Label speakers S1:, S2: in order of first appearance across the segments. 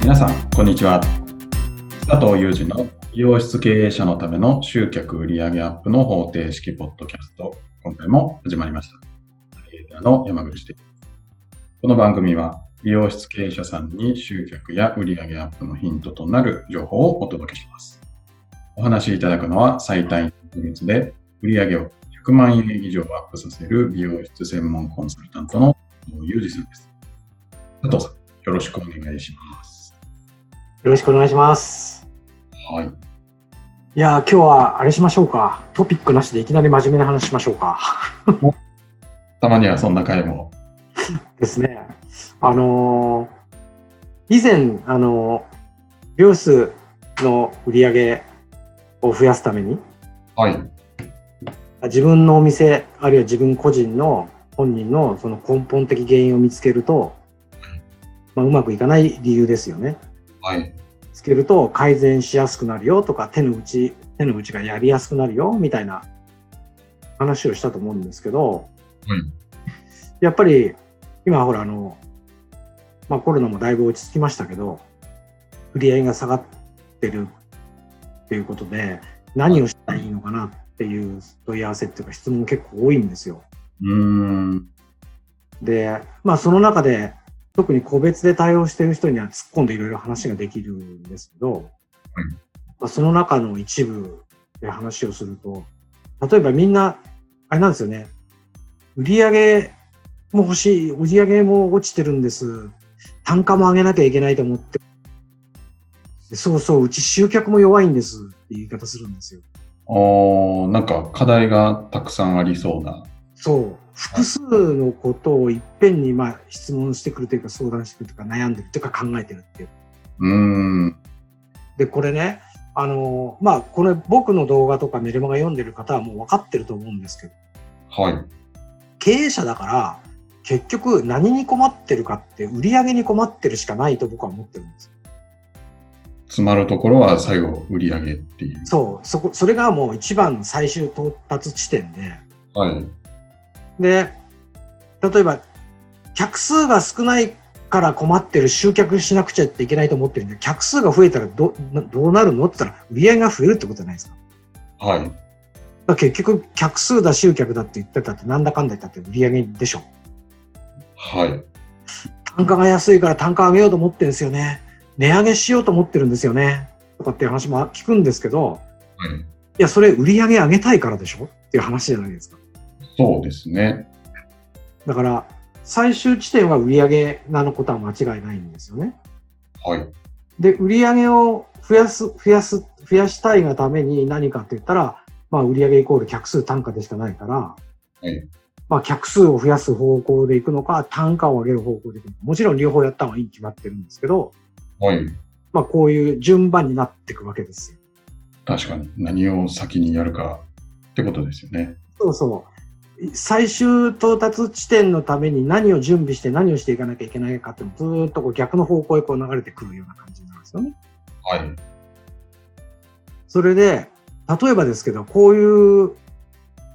S1: 皆さん、こんにちは。佐藤祐二の美容室経営者のための集客売上アップの方程式ポッドキャスト、今回も始まりました。ナビゲーターの山口です。この番組は、美容室経営者さんに集客や売上アップのヒントとなる情報をお届けします。お話しいただくのは、最短1ヶ月で売上を100万円以上アップさせる美容室専門コンサルタントの佐藤祐二さんです。佐藤さん、よろしくお願いします。
S2: よろしくお願いします。
S1: はい。
S2: いやー、今日はあれしましょうか。トピックなしでいきなり真面目な話しましょうか。
S1: たまにはそんな回も。
S2: ですね。あのー以前、あのー、美容室の売り上げを増やすために、
S1: はい。
S2: 自分のお店、あるいは自分個人の本人のその根本的原因を見つけると、まあ、うまくいかない理由ですよね。
S1: はい。
S2: つけると改善しやすくなるよとか手の内手の内がやりやすくなるよみたいな話をしたと思うんですけど、
S1: うん
S2: やっぱり今ほらあの、まあ、コロナもだいぶ落ち着きましたけど売り上げが下がってるっていうことで何をしたらいいのかなっていう問い合わせっていうか質問結構多いんですよ。
S1: うーん。
S2: で、まあ、その中で、特に個別で対応している人には突っ込んでいろいろ話ができるんですけど、まあ、その中の一部で話をすると、例えばみんな、あれなんですよね、売り上げも欲しい、売り上げも落ちてるんです、単価も上げなきゃいけないと思って、そうそう、うち集客も弱いんですっていう言い方するんですよ。
S1: おーなんか課題がたくさんありそうな。
S2: そう複数のことをいっぺんにまあ質問してくるというか相談してくるというか悩んでるというか考えてるっていう
S1: うーん。
S2: でこれねあのまあこれ僕の動画とかメルマガ読んでる方はもう分かってると思うんですけど
S1: はい。
S2: 経営者だから結局何に困ってるかって売り上げに困ってるしかないと僕は思ってるんです
S1: 詰まるところは最後、売り上げっていう。
S2: そうそこそれがもう一番の最終到達地点で
S1: はい。
S2: で例えば客数が少ないから困ってる集客しなくちゃいけないと思ってるんで客数が増えたらどどうなるのって言ったら売り上げが増えるってことじゃないですか
S1: はい。
S2: だから結局客数だ集客だって言ってたってなんだかんだ言ったって売り上げでしょ
S1: はい。
S2: 単価が安いから単価上げようと思ってるんですよね値上げしようと思ってるんですよねとかっていう話も聞くんですけど
S1: はい。
S2: いやそれ売り上げ上げたいからでしょっていう話じゃないですか
S1: そうですね。
S2: だから最終地点は売り上げなのことは間違いないんですよね
S1: はい。
S2: で、売り上げを増やす、増やす、増やしたいがために何かって言ったら、まあ、売り上げイコール客数単価でしかないから、
S1: い
S2: まあ、客数を増やす方向でいくのか、単価を上げる方向でいくのか、もちろん両方やった方がいいに決まってるんですけど、
S1: はい。
S2: まあ、こういう順番になっていくわけですよ。
S1: 確かに。何を先にやるかってことですよね。
S2: そうそう。最終到達地点のために何を準備して何をしていかなきゃいけないかって、ずーっとこう逆の方向へこう流れてくるような感じになるんですよね。
S1: はい。
S2: それで、例えばですけど、こういう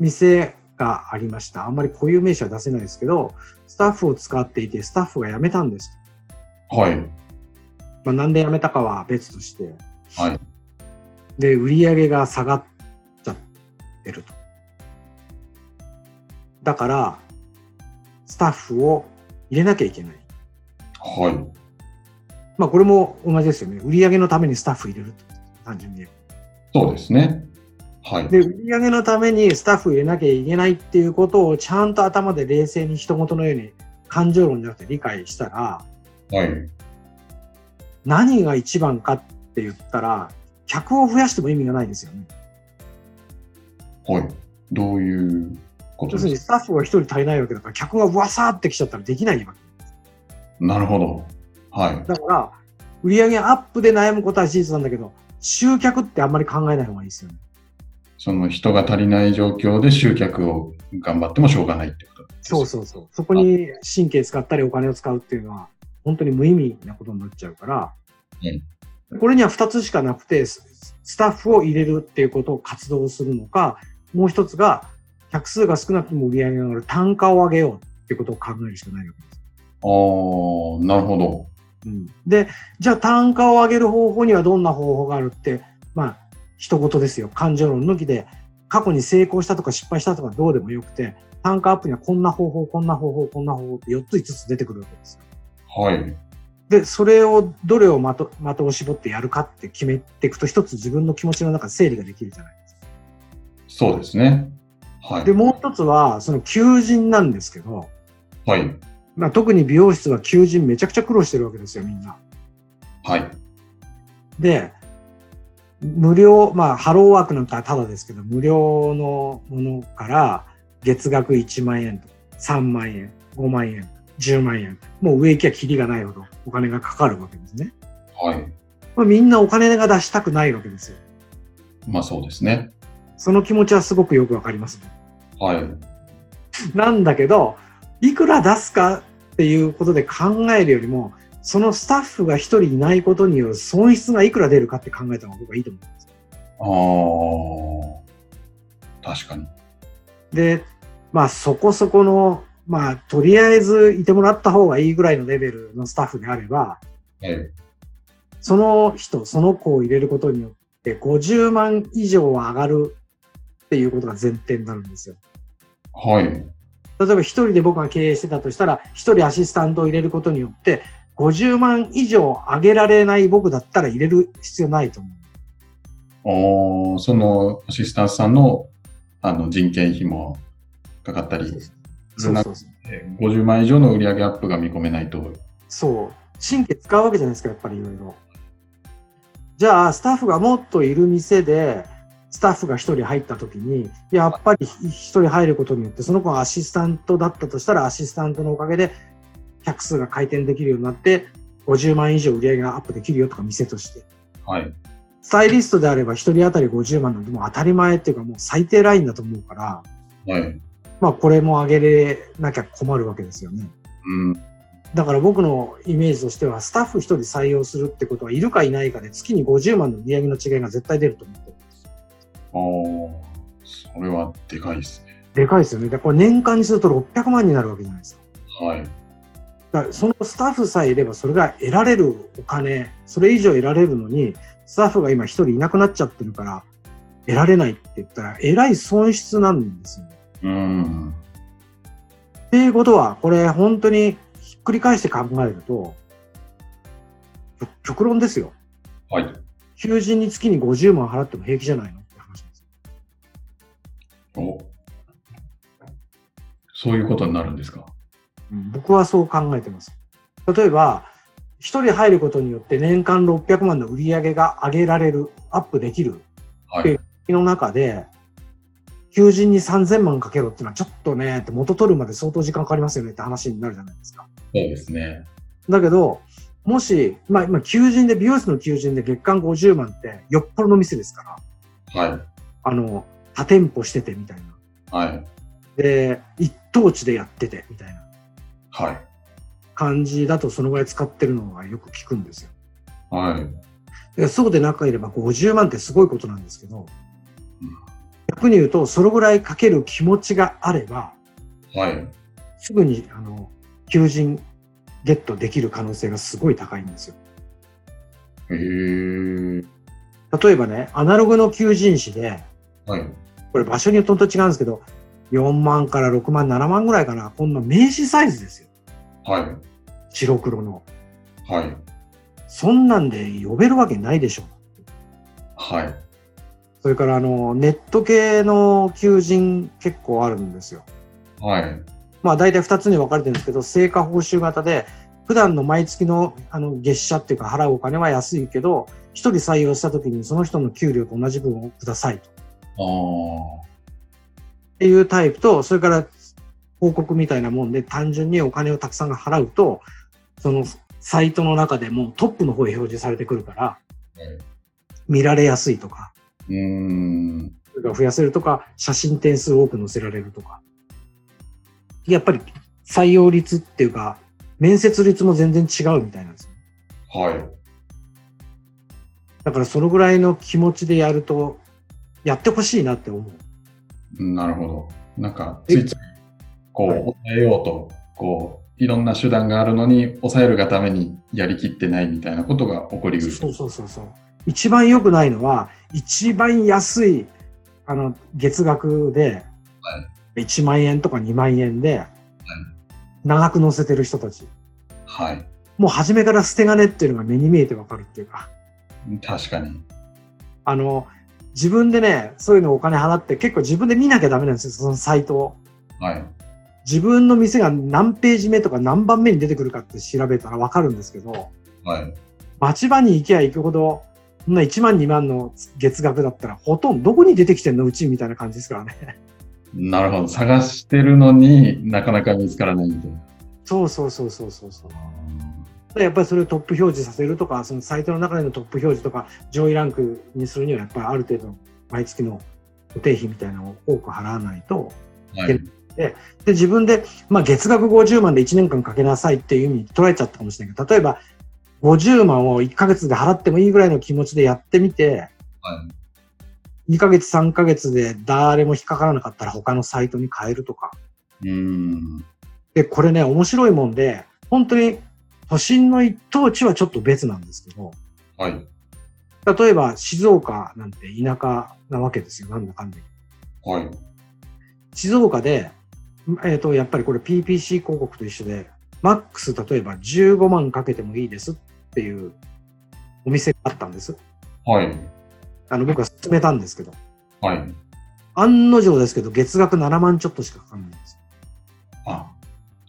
S2: 店がありました。あんまりこういう名詞は出せないですけど、スタッフを使っていて、スタッフが辞めたんです。
S1: はい。
S2: まあ、なんで辞めたかは別として。
S1: はい
S2: で、売り上げが下がっちゃってると。だから、スタッフを入れなきゃいけない。
S1: は
S2: まあ、これも同じですよね。売り上げのためにスタッフ入れるってこと単純に言えば
S1: い。そうですね。はい。
S2: で、売り上げのためにスタッフ入れなきゃいけないっていうことをちゃんと頭で冷静に人事のように感情論じゃなくて理解したら、
S1: はい。
S2: 何が一番かって言ったら、客を増やしても意味がないですよね。
S1: はい。どういうことで
S2: 要
S1: すす
S2: るに
S1: か
S2: スタッフが一人足りないわけだから、客がわさーってきちゃったらできないわ
S1: なるほど。はい。
S2: け。だから、売り上げアップで悩むことは事実なんだけど、集客ってあんまり考えない方がいいですよね。
S1: その人が足りない状況で集客を頑張ってもしょうがないってことです
S2: そうそうそう。そこに神経使ったりお金を使うっていうのは、本当に無意味なことになっちゃうから、これには2つしかなくて、ススタッフを入れるっていうことを活動するのか、もう一つが、客数が少なくても売り上げが上がる単価を上げようっていうことを考えるしかないわけです。
S1: ああ、なるほど。
S2: うん、で、じゃあ単価を上げる方法にはどんな方法があるって、まあ、一言ですよ。感情論抜きで、過去に成功したとか失敗したとかどうでもよくて、単価アップにはこんな方法、こんな方法、こんな方法って4つ5つ出てくるわけですよ。
S1: はい。
S2: で、それを、どれを的的を絞ってやるかって決めていくと、一つ自分の気持ちの中で整理ができるじゃないですか。
S1: そうですね。はい。
S2: で、もう一つは、その求人なんですけど、
S1: はい。
S2: まあ、特に美容室は求人めちゃくちゃ苦労してるわけですよ、みんな。
S1: はい。
S2: で、無料、まあ、ハローワークなんかはただですけど、無料のものから、月額1万円とか、3万円、5万円、10万円、もう上行きゃキリがないほどお金がかかるわけですね。
S1: はい。
S2: まあ、みんなお金が出したくないわけですよ。
S1: まあそうですね。
S2: その気持ちはすごくよくわかります、ね。
S1: はい。
S2: なんだけど、いくら出すかっていうことで考えるよりも、そのスタッフが一人いないことによる損失がいくら出るかって考えた方が僕はいいと思うんですよ。
S1: ああ。確かに。
S2: で、まあそこそこの、まあとりあえずいてもらった方がいいぐらいのレベルのスタッフであれば、
S1: え
S2: その人、その子を入れることによって50万以上は上がるっていうことが前提になるんですよ。
S1: はい。
S2: 例えば一人で僕が経営してたとしたら、一人アシスタントを入れることによって、50万以上上げられない僕だったら入れる必要ないと思う。
S1: おそのアシスタントさんのあの人件費もかかったり、
S2: そうそうそう。
S1: えー50万以上の売上アップが見込めないと。
S2: そう。神経使うわけじゃないですか、やっぱりいろいろ。じゃあ、スタッフがもっといる店で、スタッフが一人入った時に、やっぱり一人入ることによって、その子がアシスタントだったとしたら、アシスタントのおかげで、客数が回転できるようになって、50万以上売り上げがアップできるよとか、店として。
S1: はい。
S2: スタイリストであれば1人当たり50万なんてもう当たり前っていうかもう最低ラインだと思うから、
S1: はい。
S2: まあこれも上げれなきゃ困るわけですよね。
S1: うん。
S2: だから僕のイメージとしてはスタッフ1人採用するってことはいるかいないかで月に50万の売り上げの違いが絶対出ると思ってる。
S1: おーそれはでかいですね。
S2: でかいですよね。だからこれ年間にすると600万になるわけじゃないですか。
S1: はい。
S2: だからそのスタッフさえいればそれが得られるお金、それ以上得られるのに、スタッフが今1人いなくなっちゃってるから、得られないって言ったら、えらい損失なんですよね。
S1: うん。
S2: っていうことは、これ本当にひっくり返して考えると、極極論ですよ。
S1: はい。
S2: 求人に月に50万払っても平気じゃないのって話です。
S1: おそういうことになるんですか。
S2: 僕はそう考えてます。例えば、一人入ることによって年間600万の売り上げが上げられる、アップできる、
S1: はい。
S2: えの中で、求人に3000万かけろってのはちょっとね、って元取るまで相当時間かかりますよねって話になるじゃないですか。
S1: そうですね。
S2: だけど、もし、まあ今、求人で、美容室の求人で月間50万って、よっぽどの店ですから、
S1: はい。
S2: あの、多店舗しててみたいな。
S1: はい。
S2: で、一等地でやっててみたいな
S1: はい。
S2: 感じだと、そのぐらい使ってるのがよく聞くんですよ。
S1: はい。
S2: でそうでなければ50万ってすごいことなんですけど
S1: うん、
S2: 逆に言うと、そのぐらいかける気持ちがあれば、
S1: はい。
S2: すぐに、あの、求人ゲットできる可能性がすごい高いんですよ。
S1: へえ。
S2: 例えばね、アナログの求人誌で、
S1: はい。
S2: これ場所によって本当違うんですけど、4万から6万、7万ぐらいかな。こんな名刺サイズですよ。
S1: は
S2: 白黒の。
S1: い。はい。
S2: そんなんで呼べるわけないでしょ。
S1: はい。
S2: それから、あの、ネット系の求人結構あるんですよ。
S1: はい。
S2: まあ、大体2つに分かれてるんですけど、成果報酬型で、普段の毎月のあの月謝っていうか払うお金は安いけど、1人採用した時にその人の給料と同じ分をくださいと。
S1: ああ。
S2: っていうタイプと、それから報告みたいなもんで、単純にお金をたくさん払うと、そのサイトの中でもトップの方へ表示されてくるから
S1: うん、
S2: 見られやすいとか、
S1: うーん。
S2: それから増やせるとか、写真点数多く載せられるとか。やっぱり採用率っていうか、面接率も全然違うみたいなんですよ。
S1: はい。
S2: だからそのぐらいの気持ちでやると、やってほしいなって思う。
S1: なるほど。なんか、つ
S2: え
S1: いつい、こう、
S2: はい
S1: 抑えようと、こう、いろんな手段があるのに、抑えるがためにやりきってないみたいなことが起こりうる。
S2: そうそうそうそう。一番良くないのは、一番安い、あの、月額で、
S1: は
S2: 1万円とか2万円で、長く載せてる人たち。
S1: はい。
S2: もう初めから捨て金っていうのが目に見えてわかるっていうか、
S1: 確かに。
S2: あの、自分でね、そういうのお金払って結構自分で見なきゃダメなんですよ、そのサイトを。
S1: はい。
S2: 自分の店が何ページ目とか何番目に出てくるかって調べたらわかるんですけど、
S1: はい。
S2: 町場に行けば行くほど、そんな1万2万の月額だったら、ほとんどどこに出てきてんのうちみたいな感じですからね。
S1: なるほど。探してるのになかなか見つからないみたいな。
S2: そうそうそうそうそうそう。やっぱりそれをトップ表示させるとか、そのサイトの中でのトップ表示とか、上位ランクにするには、やっぱりある程度、毎月の固定費みたいなのを多く払わないと、
S1: はい。
S2: で、自分で、まあ、月額50万で1年間かけなさいっていう意味に捉えちゃったかもしれないけど、例えば、50万を1ヶ月で払ってもいいぐらいの気持ちでやってみて、
S1: は
S2: 2ヶ月、3ヶ月で誰も引っかからなかったら他のサイトに変えるとか。
S1: い。うーん。
S2: で、これね、面白いもんで、本当に都心の一等地はちょっと別なんですけど、
S1: はい。
S2: 例えば静岡なんて田舎なわけですよ、なんだかんだ。
S1: はい。
S2: 静岡で、えっ、と、やっぱりこれ PPC 広告と一緒で、マックス例えば15万かけてもいいですっていうお店があったんです。
S1: はい。
S2: あの、僕は勧めたんですけど、
S1: はい。
S2: 案の定ですけど、月額7万ちょっとしかかかんないんですよ。
S1: あ、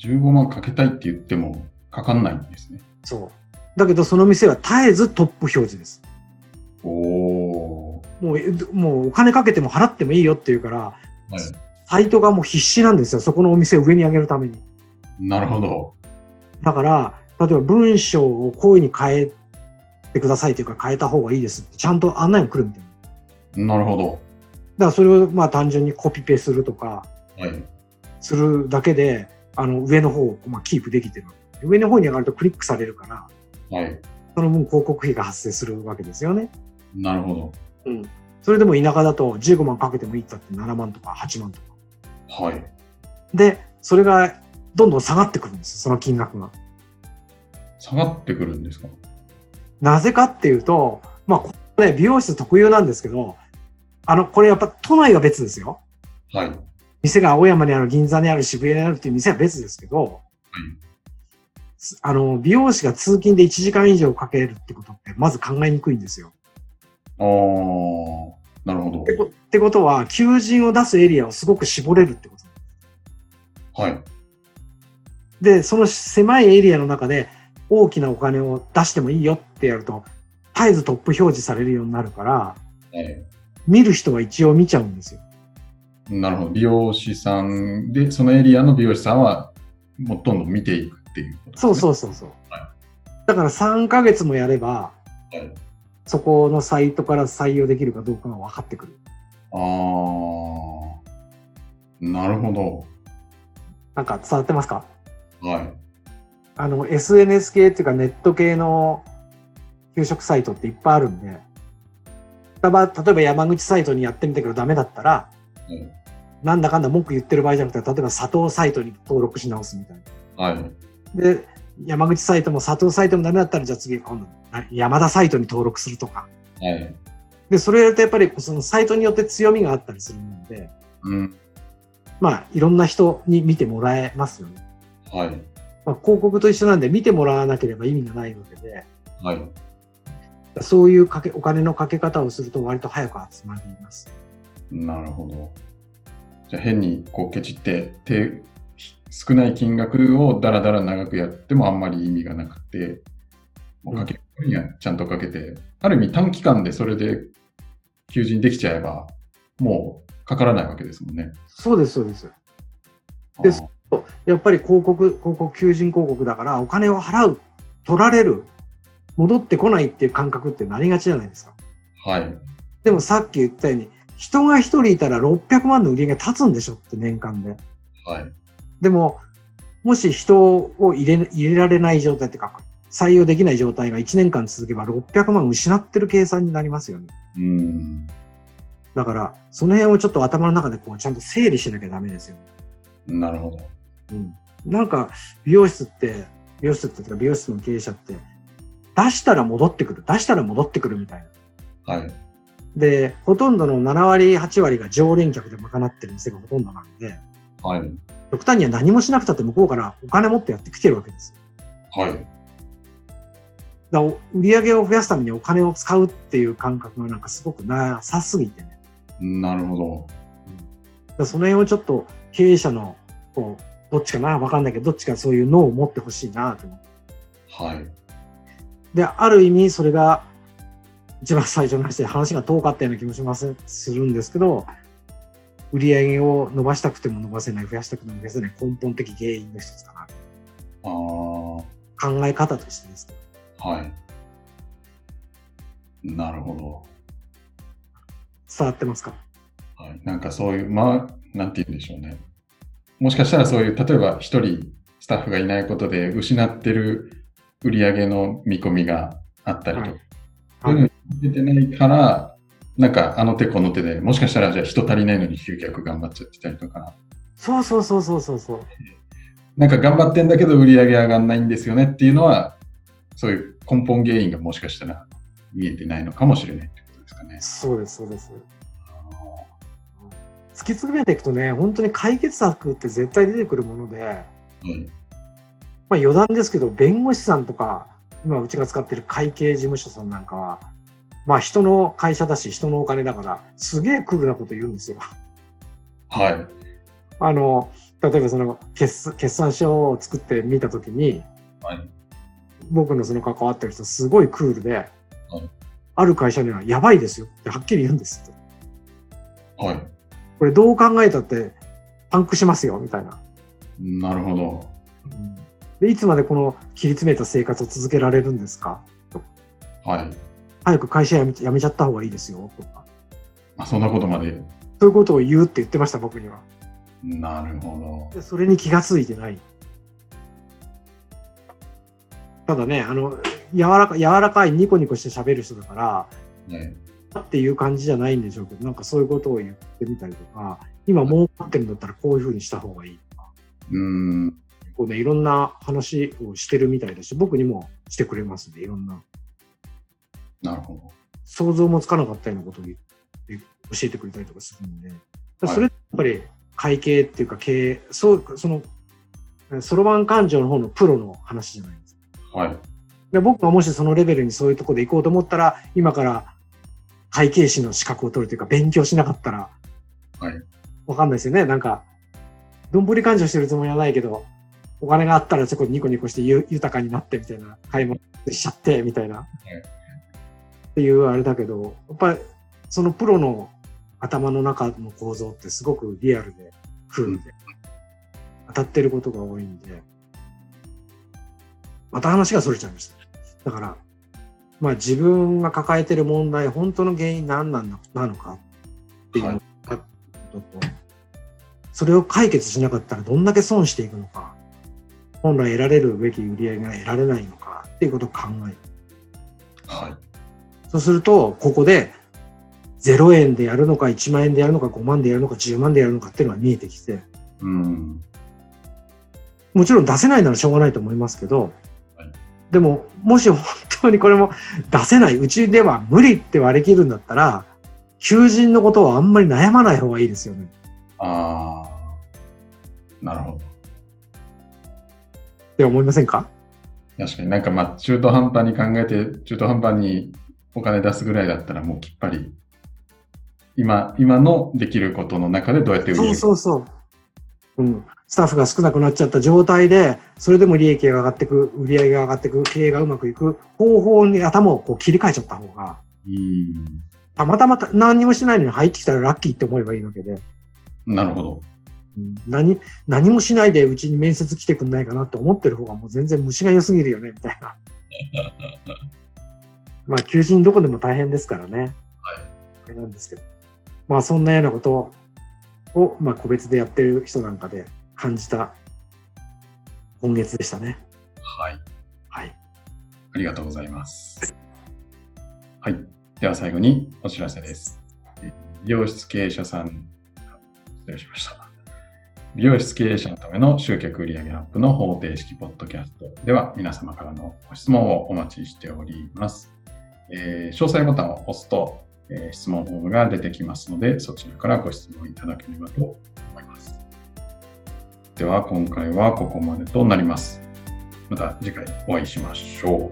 S1: 15万かけたいって言ってもかかんないんですね。
S2: そう。だけど、その店は絶えずトップ表示です。
S1: おー。
S2: もう、えもうお金かけても払ってもいいよっていうから、
S1: はい。
S2: サイトがもう必死なんですよ。そこのお店を上に上げるために。
S1: なるほど。
S2: だから、例えば文章を声に変えてくださいというか変えた方がいいですって、ちゃんと案内が来るみたいな。
S1: な
S2: だ
S1: るほど。
S2: からそれをまあ単純にコピペするとか、
S1: はい。
S2: するだけで、あの上の方をまあキープできてるわけで。上の方に上がるとクリックされるから、
S1: はい。
S2: その分広告費が発生するわけですよね。
S1: なるほ
S2: うん。それでも田舎だと15万かけてもいいったって7万とか8万とか。
S1: ど。はい。
S2: で、それがどんどん下がってくるんですよ、その金額が。
S1: 下がってくるんですか
S2: なぜかっていうと、まあ、これ美容室特有なんですけど、あの、これやっぱ都内は別ですよ。
S1: はい。
S2: 店が青山にある、銀座にある、渋谷にあるっていう店は別ですけど、すあの、美容師が通勤で1時間以上かけるってことって、まず考えにくいんですよ。
S1: あー。なるほ
S2: ってこってことは、求人を出すエリアをすごく絞れるってこと。
S1: ど。はい。
S2: で、その狭いエリアの中で大きなお金を出してもいいよってやると、絶えずトップ表示されるようになるから、
S1: はい。
S2: 見る人は一応見ちゃうんですよ。
S1: なるほど。美容師さんで、そのエリアの美容師さんは、もうどんどん見ていくっていうことです
S2: そ
S1: ね。
S2: うそうそうそう。
S1: は
S2: だから3ヶ月もやれば、
S1: はい
S2: そこのサイトから採用できるかどうかが分かってくる。
S1: あー。なるほ
S2: なんか伝わってますか
S1: ど。はい。
S2: あの、SNS 系っていうかネット系の給食サイトっていっぱいあるんで、たば例えば山口サイトにやってみたけどダメだったら、
S1: うん
S2: なんだかんだ文句言ってる場合じゃなくて、例えば佐藤サイトに登録し直すみたいな。
S1: はい。
S2: で、山口サイトも佐藤サイトもダメだったら、じゃあ次今度、な山田サイトに登録するとか。
S1: はい。
S2: で、それやるとやっぱりそのサイトによって強みがあったりするので、
S1: うん。
S2: まあいろんな人に見てもらえますよね。
S1: はい。
S2: まあ、広告と一緒なんで見てもらわなければ意味がないわけで、
S1: はい。
S2: そういうかけお金のかけ方をすると割と早く集まります。
S1: なるほど。じゃあ変にこうケチって手少ない金額をだらだら長くやってもあんまり意味がなくて、もうかける分にはちゃんとかけて、ある意味短期間でそれで求人できちゃえば、もうかからないわけですもんね。
S2: そうです、そうです。です
S1: あ
S2: やっぱり広告、広告、求人広告だからお金を払う、取られる、戻ってこないっていう感覚ってなりがちじゃないですか。
S1: ーはい。
S2: でもさっき言ったように、人が一人いたら600万の売り上げ立つんでしょって年間で。
S1: はい。
S2: でも、もし人を入れ入れられない状態っていうか、採用できない状態が1年間続けば600万失ってる計算になりますよね。
S1: うん。
S2: だから、その辺をちょっと頭の中でこうちゃんと整理しなきゃダメですよね。
S1: なるほど。
S2: うん。なんか美容室って、美容室っていうか美容室の経営者って、出したら戻ってくる、出したら戻ってくるみたいな。
S1: はい。
S2: で、ほとんどの7割、8割が常連客で賄ってる店がほとんどなんで、
S1: はい。
S2: 極端には何もしなくたって向こうからお金持ってやってきてるわけですよ。
S1: はい。
S2: だから売り上げを増やすためにお金を使うっていう感覚がなんかすごくなさすぎてね。
S1: なるほ
S2: だからその辺をちょっと経営者の、こう、どっちかなわかんないけど、どっちかそういう脳を持ってほしいなと思って。
S1: ど。はい。
S2: で、ある意味それが、一番最初の話で話が遠かったような気もしますするんですけど、売り上げを伸ばしたくても伸ばせない、増やしたくても増やせない根本的原因の一つかなと。
S1: ああ。
S2: 考え方としてですね。
S1: はい。なるほ
S2: 伝わってますか
S1: ど。はい、なんかそういう、まあ、なんて言うんでしょうね。もしかしたらそういう、例えば一人スタッフがいないことで失ってる売り上げの見込みがあったりとか、
S2: は
S1: そういう
S2: い
S1: のに出てないから、なんかあの手この手でもしかしたらじゃあ人足りないのに集客頑張っちゃってたりとか、
S2: そうそうそうそうそうそう。
S1: なんか頑張ってんだけど売り上げ上がんないんですよねっていうのは、そういう根本原因がもしかしたら見えてないのかもしれないってことですかね。
S2: そうです、そうです。突き詰めていくとね、本当に解決策って絶対出てくるもので、
S1: はい
S2: まあ余談ですけど、弁護士さんとか、今うちが使ってる会計事務所さんなんかは、まあ人の会社だし、人のお金だから、すげえクールなこと言うんですよ。
S1: はい。
S2: あの、例えばその決算決算書を作ってみたときに、
S1: はい。
S2: 僕のその関わってる人すごいクールで、
S1: い
S2: ある会社にはやばいですよってはっきり言うんですって
S1: はい。
S2: これどう考えたってパンクしますよみたいな、
S1: なるほど。
S2: でいつまでこの切り詰めた生活を続けられるんですか
S1: はい。
S2: 早く会社辞め辞めちゃった方がいいですよとか
S1: あそんなことまで。
S2: そういうことを言うって言ってました僕には
S1: なるほ
S2: でそれに気がついてないただねあの柔らか柔らかいニコニコして喋る人だから
S1: ど。ね、
S2: っていう感じじゃないんでしょうけど、なんかそういうことを言ってみたりとか、今儲かってるんだったらこういうふうにした方がいい。
S1: うーん。
S2: こうね、いろんな話をしてるみたいだし、僕にもしてくれますんで、いろんな
S1: なるほ
S2: 想像もつかなかったようなことを言って教えてくれたりとかするんで、
S1: はい
S2: それってやっぱり会計っていうか経営、そう、その、そろばん勘定の方のプロの話じゃないです
S1: ど。
S2: か。
S1: はい。
S2: で僕がもしそのレベルにそういうところで行こうと思ったら、今から会計士の資格を取るというか、勉強しなかったら、
S1: はい
S2: わかんないですよね。なんか、どんぶり勘定してるつもりはないけど、お金があったらそこでニコニコしてゆ豊かになってみたいな、買い物しちゃってみたいな、っていうあれだけど、やっぱりそのプロの頭の中の構造ってすごくリアルで、クールで、当たってることが多いんで、また話がそれちゃいました。だから、まあ自分が抱えてる問題、本当の原因何なんだなのかっていうのがちょっと、それを解決しなかったらどんだけ損していくのか、本来得られるべき売り上げが得られないのかっていうことを考える。
S1: はい。
S2: そうすると、ここで0円でやるのか、1万円でやるのか、5万でやるのか、10万でやるのかっていうのが見えてきて、
S1: うーん。
S2: もちろん出せないならしょうがないと思いますけど
S1: はい、
S2: でも、もし本当にこれも 出せない、うちでは無理って割り切るんだったら、求人のことはあんまり悩まない方がいいですよね。
S1: あー。なるほど。
S2: って思いませんか
S1: 確かになんかまあ中途半端に考えて、中途半端にお金出すぐらいだったらもうきっぱり、今、今のできることの中でどうやって売り上
S2: そ
S1: げ
S2: うそうそう。うん、スタッフが少なくなっちゃった状態で、それでも利益が上がってく、売り上げが上がってく、経営がうまくいく方法に頭をこう切り替えちゃった方が、
S1: うー
S2: たまたまた何にもしてないのに入ってきたらラッキーって思えばいいわけで、
S1: ん。なるほど。
S2: 何何もしないでうちに面接来てくんないかなって思ってる方がもう全然虫が良すぎるよねみたいな。まあ求人どこでも大変ですからね。あれなんですけど。まあそんなようなことを、まあ、個別でやってる人なんかで感じた今月でしたね。
S1: はい。
S2: はい。
S1: ありがとうございます。はい。では最後にお知らせです。えー美容室経営者さん、失礼しました。美容室経営者のための集客売上アップの方程式ポッドキャストでは皆様からのご質問をお待ちしております。えー詳細ボタンを押すと、えー質問フォームが出てきますので、そちらからご質問いただければと思います。では今回はここまでとなります。また次回お会いしましょう。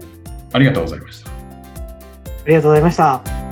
S1: ありがとうございました。
S2: ありがとうございました。